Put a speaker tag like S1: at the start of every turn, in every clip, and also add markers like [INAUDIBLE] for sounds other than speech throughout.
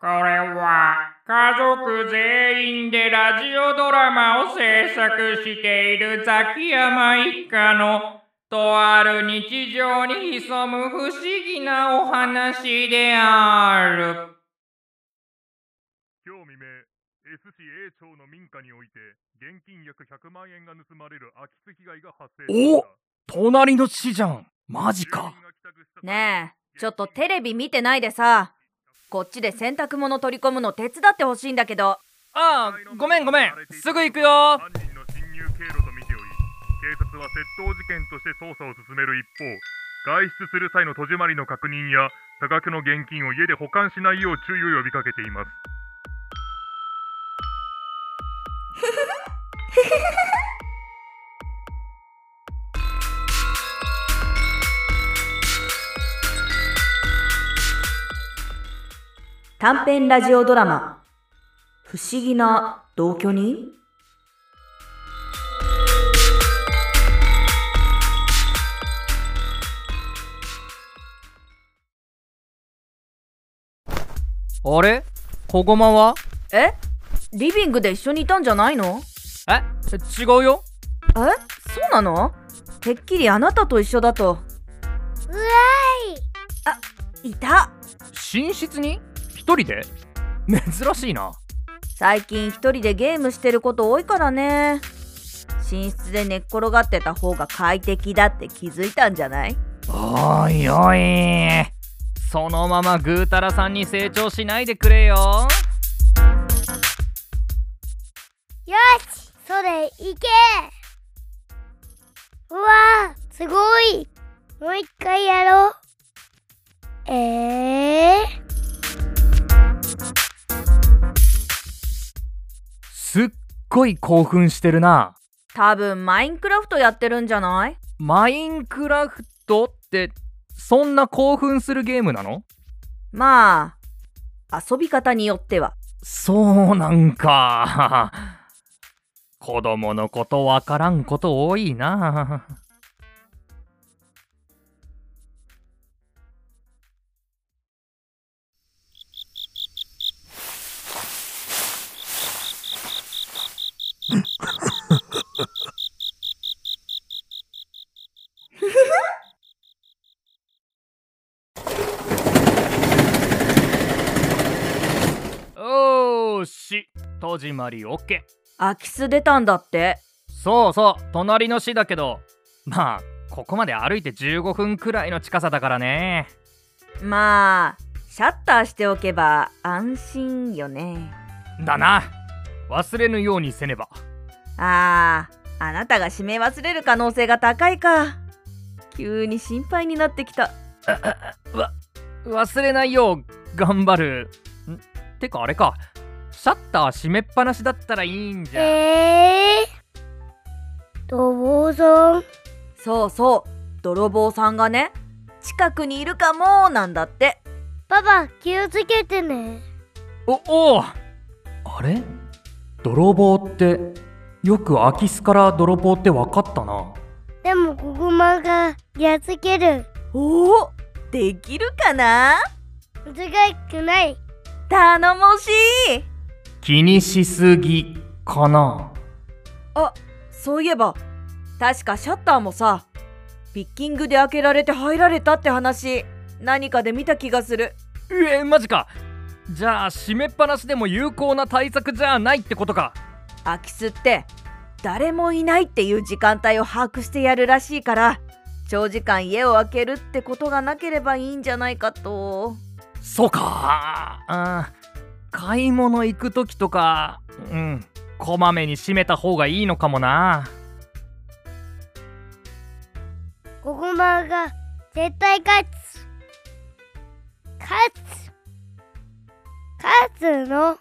S1: これは家族全員でラジオドラマを制作しているザキヤマ一家のとある日常に潜む不思議なお話である。
S2: 今日未明、S 市 A 町の民家において、現金約100万円が盗まれる空き巣被害が発生
S3: お隣の市じゃん。マジか。
S4: ねえ、ちょっとテレビ見てないでさ、こっちで洗濯物取り込むの手伝ってほしいんだけど。
S3: ああ、ごめんごめん。すぐ行くよ。
S2: 犯人の侵入経路と見ており、警察は窃盗事件として捜査を進める一方、外出する際の戸締まりの確認や、多額の現金を家で保管しないよう注意を呼びかけています。
S4: 短編ラジオドラマ、不思議な同居人
S3: あれ小駒は
S4: えリビングで一緒にいたんじゃないの
S3: え違うよ。
S4: えそうなのてっきりあなたと一緒だと。うわいあ、いた
S3: 寝室に一人で珍しいな。
S4: 最近一人でゲームしてること多いからね。寝室で寝っ転がってた方が快適だって気づいたんじゃない
S3: おいおい。そのままぐーたらさんに成長しないでくれよ。
S5: よしそれいけうわーすごいもう一回やろうえー、
S3: すっごい興奮してるな。
S4: 多分マインクラフトやってるんじゃない
S3: マインクラフトってそんな興奮するゲームなの
S4: まあ、遊び方によっては。
S3: そうなんか。 [LAUGHS] 子供のことわからんこと多いな。おーし、戸締まり OK。
S4: 空き巣出たんだって。
S3: そうそう、隣の市だけど。まあ、ここまで歩いて15分くらいの近さだからね。
S4: まあ、シャッターしておけば安心よね。
S3: だな。忘れぬようにせねば。
S4: ああ、あなたが指名忘れる可能性が高いか。急に心配になってきた。
S3: 忘れないよう頑張るんてかあれかシャッター閉めっぱなしだったらいいんじゃ、
S5: えー、どうぞ
S4: そうそう、泥棒さんがね、近くにいるかもなんだって。
S5: パパ気をつけてね
S3: おおうあれ泥棒ってよく空き巣から泥棒って分かったな
S5: でもここまがやっつける
S4: おお、できるかな
S5: 難しくない
S4: 頼もしい
S3: 気にしすぎかな
S4: あそういえば確かシャッターもさピッキングで開けられて入られたって話何かで見た気がする
S3: えー、マジかじゃあ閉めっぱなしでも有効な対策じゃないってことか
S4: 空き巣って誰もいないっていう時間帯を把握してやるらしいから長時間家を開けるってことがなければいいんじゃないかと
S3: そうかあー買い物行く時とかうんこまめに閉めた方がいいのかもな
S5: ここまが絶対勝つ勝つ勝つの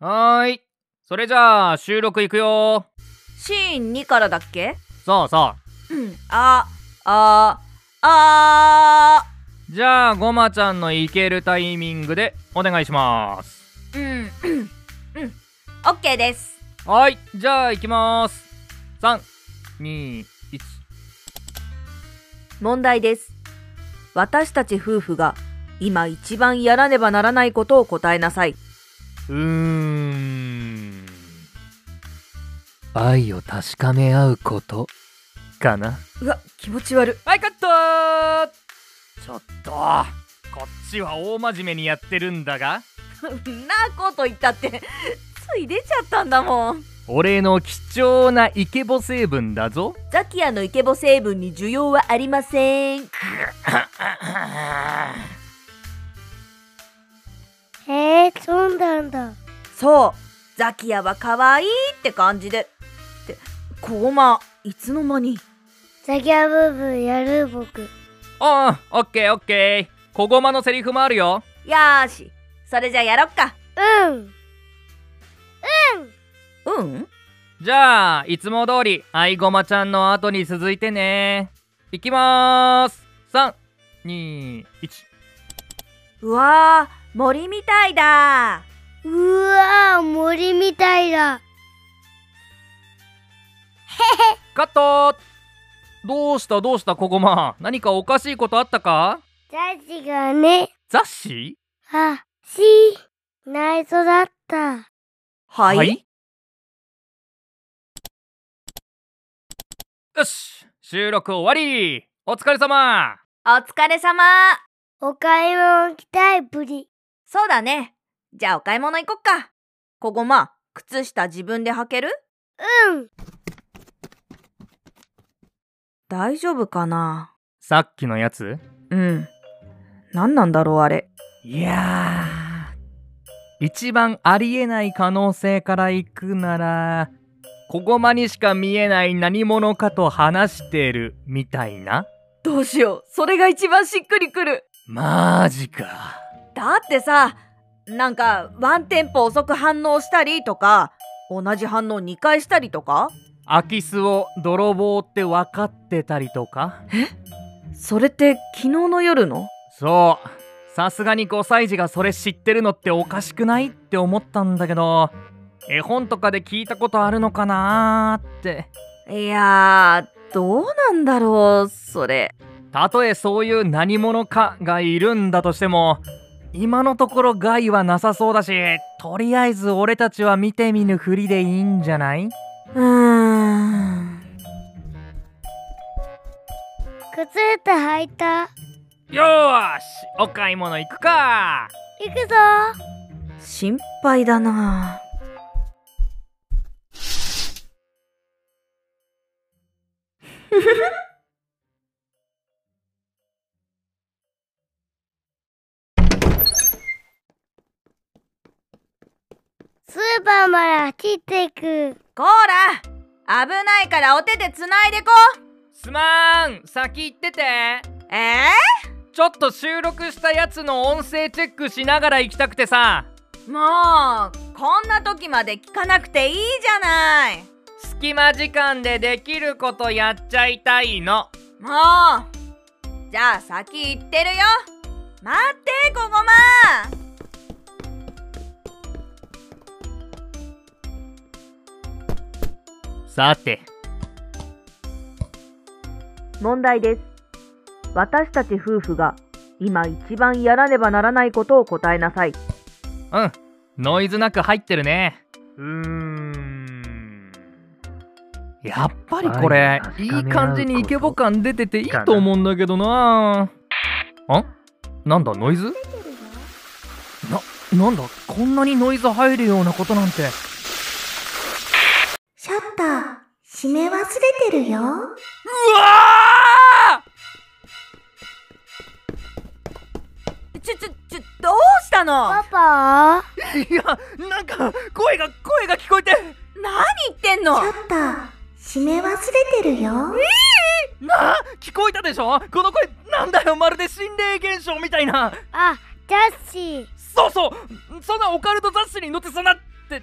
S3: はーい。それじゃあ、収録いくよ。
S4: シーン2からだっけ
S3: そうそ
S4: うんあああ
S3: う。じゃあ、ごまちゃんの行けるタイミングでお願いします。
S4: うんうんうん OK です
S3: はい。じゃあ、行きます。 321
S4: 問題です私たち夫婦が今一番やらねばならないことを答えなさいう
S3: ーん愛を確かめ合うことかな
S4: うわ気持ち悪
S3: はいカットちょっとこっちは大真面目にやってるんだが
S4: い [LAUGHS] んなこと言ったってつい出ちゃったんだもん
S3: 俺の貴重なイケボ成分だぞ
S4: ザキヤのイケボ成分に需要はありません
S5: へえそうなんだ
S4: そうザキヤは可愛いって感じでってコーマいつの間に
S5: ザギャブーブーやる僕
S3: ああオッケーオッケー小駒のセリフもあるよ
S4: よーしそれじゃやろっか
S5: うん
S4: うん
S3: じゃあいつも通りアイゴマちゃんの後に続いてねいきまーす321
S4: うわー森みたいだ
S5: うわー森みたいだ
S3: カットどうしたどうした小駒何かおかしいことあったか
S5: ザジがね
S3: 雑誌
S5: あし内緒だった
S4: はい、
S3: よし収録終わりお疲れ様
S4: お疲れ様
S5: お買い物行きたいぶり
S4: そうだねじゃあお買い物行こっかこごま靴下自分で履ける
S5: うん
S4: 大丈夫かな
S3: さっきのやつ
S4: うん何なんだろうあれ
S3: いやー一番ありえない可能性からいくなら小駒にしか見えない何者かと話してるみたいな
S4: どうしようそれが一番しっくりくる
S3: マジか
S4: だってさなんかワンテンポ遅く反応したりとか同じ反応2回したりとか
S3: 空き巣を泥棒って分かってたりとか
S4: それって昨日の夜の
S3: そうさすがに5歳児がそれ知ってるのっておかしくないって思ったんだけど絵本とかで聞いたことあるのかなーって
S4: いやーどうなんだろうそれ
S3: たとえそういう何者かがいるんだとしても今のところ害はなさそうだしとりあえず俺たちは見て見ぬふりでいいんじゃないう
S4: ーん
S5: 靴下履いた
S3: よーしお買い物行くか
S5: 行くぞ
S4: 心配だな
S5: スーパーまで走っていく
S4: こら危ないからお手でつないでこ
S3: すまーん先行ってて
S4: ええ
S3: ちょっと収録したやつの音声チェックしながら行きたくてさ
S4: もうこんな時まで聞かなくていいじゃない
S3: 隙間時間でできることやっちゃいたいの
S4: もうじゃあ先行ってるよ待ってこごま
S3: さて
S4: 問題です私たち夫婦が今一番やらねばならないことを答えなさい
S3: うんノイズなく入ってるねうーんやっぱりこれいい感じにイケボ感出てていいと思うんだけどなあなんだノイズななんだこんなにノイズ入るようなことなんて
S6: シャッター、閉め忘れてるよ。
S3: うわ
S4: ちょちょちょどうしたの
S5: パパ
S3: いやなんか声が声が聞こえて
S4: 何言ってんの
S6: シャッター、閉め忘れてるよ。
S3: なあ聞こえたでしょこの声なんだよまるで心霊現象みたいな
S5: あジャッシー
S3: そうそうそんなオカルト雑誌に載ってそんなって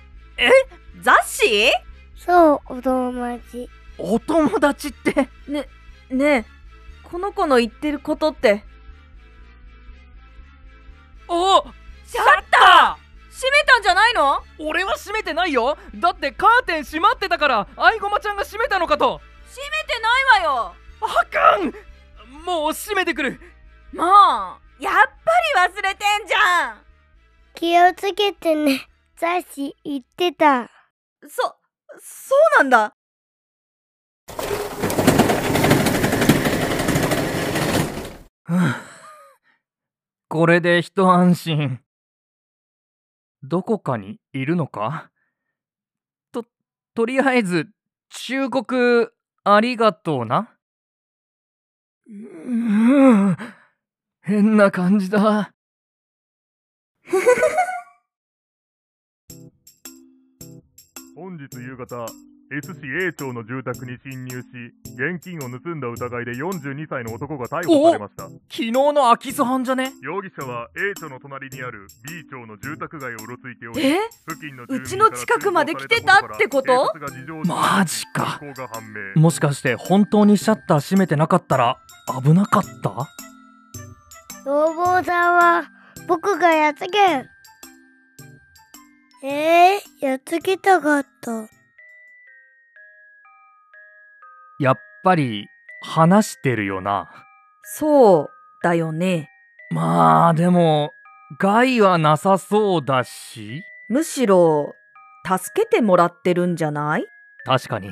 S4: 雑誌
S5: そうお友達
S3: お友達って
S4: ねえこの子の言ってることって
S3: おシャッター
S4: 閉めたんじゃないのの
S3: 俺は閉めてないよだってカーテン閉まってたからアイゴマちゃんが閉めたのかと
S4: 閉めてないわよ
S3: あかんもう閉めてくる
S4: もうやっぱり忘れてんじゃん
S5: 気をつけてね雑誌言ってた
S4: そそうなんだ
S3: これで一安心どこかにいるのかととりあえず忠告ありがとうなうん変な感じだ
S2: 本日夕方 S 市 A 町の住宅に侵入し現金を盗んだ疑いで42歳の男が逮捕されました
S3: 昨日の空き巣犯じゃね
S2: 容疑者は A 町の隣にある B 町の住宅街をうろついており
S4: え
S2: 付近の
S4: うちの近くまで来てたってこと
S3: マジかもしかして本当にシャッター閉めてなかったら危なかった
S5: 泥棒さんは僕がやっつけるえー、やっつけたかった
S3: やっぱり話してるよな
S4: そうだよね
S3: まあでも害はなさそうだし
S4: むしろ助けてもらってるんじゃない
S3: 確かに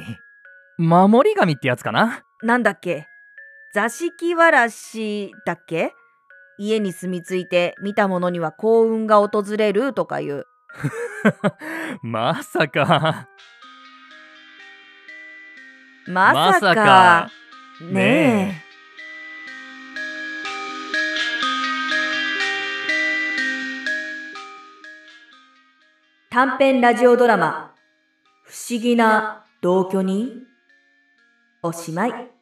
S3: 守り神ってやつかな [LAUGHS]
S4: なんだっけ座敷わらしだっけ家に住み着いて見たものには幸運が訪れるとかいう
S3: まさか
S4: まさか,、ねえ短編ラジオドラマ「不思議な同居人」おしまい。